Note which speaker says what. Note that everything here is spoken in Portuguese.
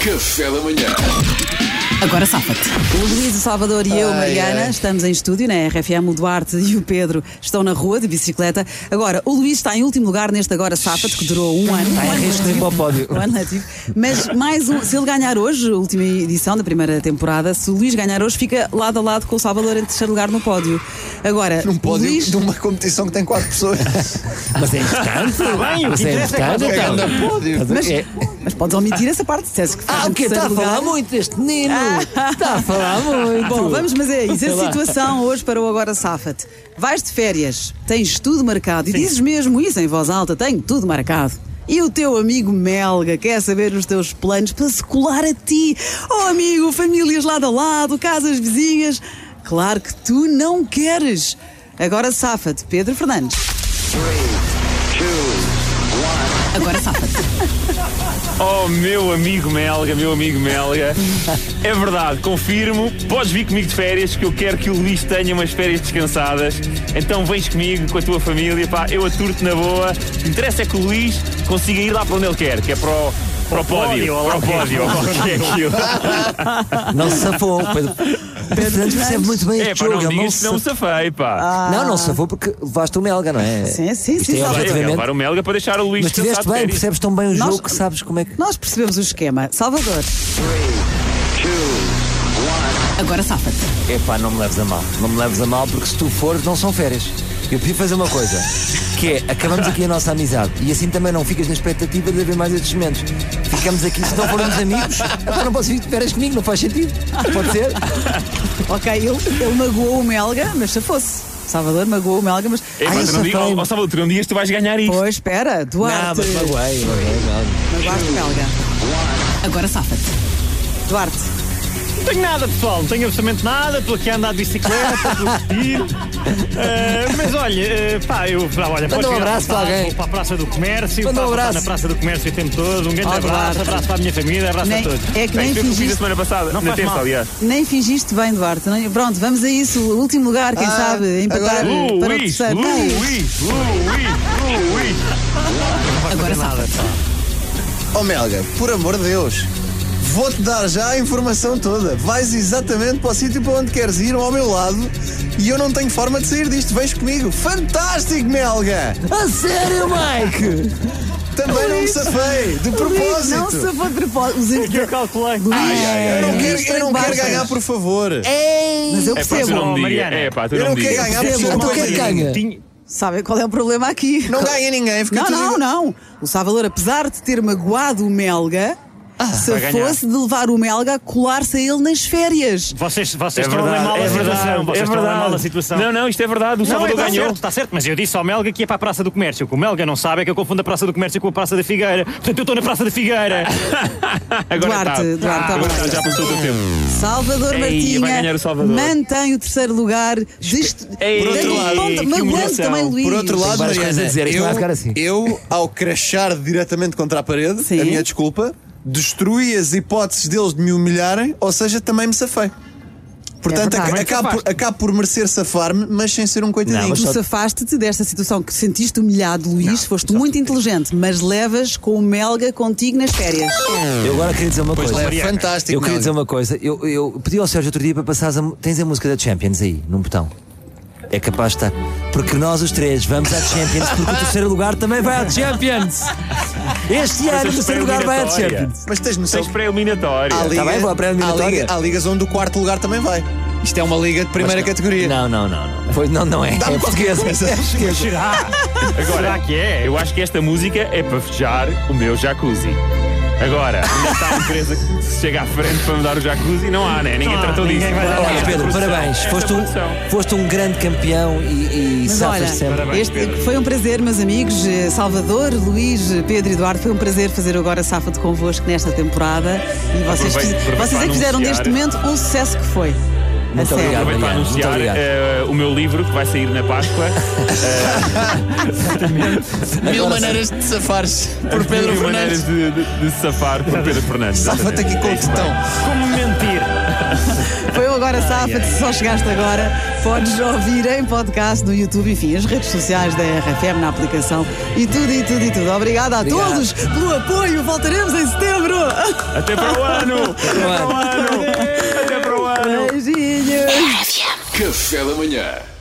Speaker 1: Café da manhã.
Speaker 2: Agora safa-te.
Speaker 3: O Luís, o Salvador e eu, Mariana, estamos em estúdio na RFM. O Duarte e o Pedro estão na rua de bicicleta. Agora, o Luís está em último lugar neste Agora Safa-te, que durou um ano. Um ano letivo.
Speaker 4: ao pódio.
Speaker 3: Um ano letivo. Mas mais um, se ele ganhar hoje, a última edição da primeira temporada, se o Luís ganhar hoje, fica lado a lado com o Salvador em terceiro lugar no pódio. Agora,
Speaker 4: Num pódio
Speaker 3: o Luís,
Speaker 4: de uma competição que Um tem quatro pessoas.
Speaker 5: Mas é importante, bem, o que
Speaker 4: Isso
Speaker 5: interessa é
Speaker 4: importante,
Speaker 5: quando
Speaker 4: é tá, um pódio.
Speaker 3: mas, mas podes omitir essa parte, disseste que faz
Speaker 5: Ah,
Speaker 3: em
Speaker 5: o que Está a
Speaker 3: terceiro
Speaker 5: falar
Speaker 3: lugar.
Speaker 5: muito este menino.
Speaker 3: Ah.
Speaker 5: Está Tá a falar muito.
Speaker 3: Bom, vamos, mas é isso.
Speaker 5: Sei
Speaker 3: A
Speaker 5: lá.
Speaker 3: situação hoje para o Agora Safa-te. Vais de férias, tens tudo marcado e dizes mesmo isso em voz alta: tenho tudo marcado. E o teu amigo Melga quer saber os teus planos para se colar a ti. Oh, amigo, famílias lado a lado, casas vizinhas. Claro que tu não queres. Agora safa-te, Pedro Fernandes.
Speaker 2: Agora safa-te.
Speaker 6: Oh, meu amigo Melga, meu amigo Melga. É verdade, confirmo. Podes vir comigo de férias, que eu quero que o Luís tenha umas férias descansadas. Então vens comigo, com a tua família, pá, eu aturo-te na boa. O que interessa é que o Luís consiga ir lá para onde ele quer, que é para o, para o pódio. Para o pódio, ou lá o que é aquilo.
Speaker 5: Não se safou, Pedro. Pedro Fernandes percebe muito bem
Speaker 6: É,
Speaker 5: este
Speaker 6: pá,
Speaker 5: jogo.
Speaker 6: não
Speaker 5: ele
Speaker 6: digas
Speaker 5: se
Speaker 6: que não
Speaker 5: safou.
Speaker 6: se safei, pá.
Speaker 5: Não, não se safou porque levaste o Melga, não é?
Speaker 3: Sim, sim,
Speaker 5: Isto
Speaker 3: sim,
Speaker 5: é
Speaker 3: Salvador.
Speaker 6: É,
Speaker 5: relativamente-
Speaker 6: levar o Melga para deixar o Luís
Speaker 5: Mas
Speaker 6: descansar
Speaker 5: estiveste
Speaker 6: de
Speaker 5: bem,
Speaker 6: férias.
Speaker 5: percebes tão bem o
Speaker 3: Nós-
Speaker 5: jogo que sabes como é que.
Speaker 3: Nós percebemos o esquema. Salvador.
Speaker 2: Agora safa-te.
Speaker 5: Epá, não me leves a mal. Não me leves a mal porque se tu fores, não são férias. Eu preciso fazer uma coisa, que é acabamos aqui a nossa amizade e assim também não ficas na expectativa de haver mais estes momentos. Ficamos aqui, se não formos amigos, epá, não posso vir de férias comigo, não faz sentido. Pode ser?
Speaker 3: Ok, ele, ele magoou o Melga, mas se fosse. Salvador magoou o Melga, mas.
Speaker 6: É, pá,
Speaker 5: Ai,
Speaker 6: tu não digas,
Speaker 5: safei.
Speaker 6: oh, oh, Salvador, tu não digas que tu vais ganhar isto.
Speaker 3: Pois, espera, Duarte.
Speaker 5: mas magoei, magoei, magoei.
Speaker 3: Magoaste o Melga.
Speaker 2: Agora safa-te.
Speaker 3: Duarte,
Speaker 7: Não tenho nada, pessoal, não tenho absolutamente nada. Estou aqui a andar de bicicleta, estou a curtir. Eh, mas olha, eh, pá, eu. pá, olha, podes
Speaker 5: um
Speaker 7: vir à
Speaker 5: abraço para
Speaker 7: vontade,
Speaker 5: alguém.
Speaker 7: Vou para a Praça do Comércio,
Speaker 5: Manda um
Speaker 7: passo
Speaker 5: abraço.
Speaker 7: na Praça do Comércio o tempo todo. Um grande
Speaker 3: Ó, Duarte.
Speaker 7: abraço, abraço para a minha família, abraço
Speaker 3: nem,
Speaker 7: a todos.
Speaker 3: é que
Speaker 6: Bem,
Speaker 3: nem
Speaker 6: foi o que eu fiz a
Speaker 3: fingiste,
Speaker 6: semana passada,
Speaker 7: Não
Speaker 6: na
Speaker 7: faz
Speaker 6: terça,
Speaker 7: mal.
Speaker 6: aliás.
Speaker 3: nem fingiste bem, Duarte. não- pronto, vamos a isso. O último lugar, quem
Speaker 4: Ah,
Speaker 3: sabe, empatar
Speaker 4: agora-
Speaker 3: para o
Speaker 6: Luís, Luís,
Speaker 3: terceiro.
Speaker 6: Luís, Luís, Luís.
Speaker 2: Agora safa-te.
Speaker 4: Oh Melga, por amor de Deus, vou-te dar já a informação toda. Vais exatamente para o sítio para onde queres ir, ao meu lado, e eu não tenho forma de sair disto. Vens comigo. Fantástico, Melga!
Speaker 5: A sério, Mike?
Speaker 4: Também não me safei, de
Speaker 3: Luís, não se
Speaker 4: propósito.
Speaker 3: foi de propósito. Os
Speaker 6: É
Speaker 7: Que eu
Speaker 3: inter-
Speaker 7: calculei.
Speaker 3: Luís,
Speaker 4: Eu não quero,
Speaker 3: Luís
Speaker 4: eu não
Speaker 3: tem
Speaker 4: quero
Speaker 3: baixas.
Speaker 4: ganhar, por favor.
Speaker 3: Mas eu
Speaker 6: É pá,
Speaker 3: percebo.
Speaker 6: tu não me digas.
Speaker 7: Mariana.
Speaker 6: É pá, tu
Speaker 4: Eu
Speaker 6: não
Speaker 4: não
Speaker 6: me
Speaker 4: quero
Speaker 6: digas.
Speaker 4: ganhar,
Speaker 3: Percebo,
Speaker 4: por
Speaker 5: Então
Speaker 4: favor.
Speaker 5: quem é que ganha?
Speaker 7: Tinha-
Speaker 3: Sabem qual é o problema aqui?
Speaker 4: Não ganha ninguém, fica
Speaker 3: Não,
Speaker 4: tudo
Speaker 3: não, não. O Salvador, apesar de ter magoado o Melga, se
Speaker 4: Ah.
Speaker 7: vai ganhar.
Speaker 3: fosse de levar o Melga a colar-se a ele nas férias.
Speaker 7: Vocês,
Speaker 6: É
Speaker 7: vocês estão a ler mal
Speaker 6: verdade,
Speaker 7: a
Speaker 6: é
Speaker 7: situação.
Speaker 6: verdade,
Speaker 7: Vocês
Speaker 6: é
Speaker 7: estão a ler mal a
Speaker 6: verdade.
Speaker 7: situação.
Speaker 6: Não, não, isto é verdade. O
Speaker 7: Não,
Speaker 6: Salvador
Speaker 7: está
Speaker 6: ganhou.
Speaker 7: certo, está certo, mas eu disse ao Melga que ia para a Praça do Comércio, que o Melga não sabe é que eu confundo a Praça do Comércio com a Praça da Figueira. Portanto, eu estou na Praça da Figueira.
Speaker 6: Agora
Speaker 3: Duarte,
Speaker 6: está.
Speaker 3: Duarte, está
Speaker 6: Agora
Speaker 3: bem.
Speaker 6: está, já passou o teu tempo.
Speaker 3: Salvador
Speaker 6: Ei,
Speaker 3: Martinha
Speaker 6: vai ganhar o Salvador.
Speaker 3: mantém o terceiro lugar. Deste,
Speaker 6: Ei,
Speaker 3: dando
Speaker 6: outro
Speaker 3: um
Speaker 6: lado,
Speaker 3: ponto-
Speaker 6: que
Speaker 3: magoando
Speaker 6: humilhação.
Speaker 3: também o Luís.
Speaker 4: Por outro lado,
Speaker 5: várias coisas
Speaker 4: Mariana,
Speaker 5: a dizer, isto não vai
Speaker 4: eu,
Speaker 5: ficar assim.
Speaker 4: eu, ao crachar diretamente contra a parede,
Speaker 3: Sim.
Speaker 4: a minha desculpa, destruí as hipóteses deles de me humilharem, ou seja, também me safei. Portanto,
Speaker 3: verdade.
Speaker 4: ac-
Speaker 3: Também
Speaker 4: acabo, por, acabo por merecer safar-me, mas sem ser um coitadinho.
Speaker 3: Tu safaste-te desta situação que sentiste humilhado, Luís. Foste muito inteligente, mas levas com o Melga contigo nas férias.
Speaker 5: Eu agora queria dizer uma coisa.
Speaker 4: é fantástico.
Speaker 5: Eu queria
Speaker 4: Melga.
Speaker 5: dizer uma coisa. Eu, eu pedi ao Sérgio outro dia para passares a. mu- Tens a música da Champions aí, num botão. É capaz de estar. Porque nós os três vamos à Champions, porque o terceiro lugar também vai à Champions. Este ano o terceiro lugar vai à
Speaker 6: pré-eliminatória.
Speaker 5: Champions.
Speaker 4: Mas tens noção
Speaker 6: Tens
Speaker 4: que
Speaker 6: pré-eliminatória.
Speaker 4: há, liga,
Speaker 5: Tá bem, vou à
Speaker 4: há,
Speaker 5: pré-eliminatória.
Speaker 4: liga, há ligas onde o quarto lugar também vai. Isto é uma liga de primeira categoria.
Speaker 5: Não, não, não, não. Pois não, não é.
Speaker 4: Dá-me
Speaker 5: É
Speaker 4: qualquer
Speaker 5: portuguesa.
Speaker 4: coisa.
Speaker 5: É portuguesa.
Speaker 7: Será? Será
Speaker 6: Agora,
Speaker 7: que é?
Speaker 6: eu acho que esta música é para fechar o meu jacuzzi. Agora, ainda está a empresa que se chega à frente para mudar o jacuzzi? Não há, né? Ninguém
Speaker 7: Não há,
Speaker 6: tratou
Speaker 7: ninguém
Speaker 6: disso.
Speaker 7: vai dar
Speaker 5: Olha,
Speaker 7: Esta
Speaker 5: Pedro, parabéns. Foste um, foste um grande campeão e, e
Speaker 3: Mas olha,
Speaker 5: safas sempre.
Speaker 3: este foi um prazer, meus amigos. Eh, Salvador, Luís, eh, Pedro e Eduardo, foi um prazer fazer o agora Safa de convosco nesta temporada. E vocês, fiz-
Speaker 6: Aproveito- aproveito
Speaker 3: vocês
Speaker 6: para
Speaker 3: é que fizeram
Speaker 6: anunciar.
Speaker 3: deste momento um sucesso que foi. A
Speaker 5: Muito
Speaker 3: sério.
Speaker 5: obrigado.
Speaker 6: Aproveito para
Speaker 5: Obrigado, muito
Speaker 6: anunciar
Speaker 5: obrigado.
Speaker 6: eh, o meu livro que vai sair na Páscoa.
Speaker 4: Mil maneiras de safares por Pedro
Speaker 6: Mil maneiras
Speaker 4: Fernandes.
Speaker 6: de, de- de se safar por Pedro Fernandes.
Speaker 4: Safa-te aqui com o tetão.
Speaker 7: Como mentir?
Speaker 3: Foi o Agora Safa, se só chegaste agora, podes ouvir em podcast no YouTube, enfim, as redes sociais da RFM na aplicação e tudo, e tudo, e tudo. Obrigada a todos pelo apoio, voltaremos em setembro!
Speaker 7: Até para o ano! Até para o ano! Até para o ano!
Speaker 3: Beijinhos.
Speaker 8: Café da Manhã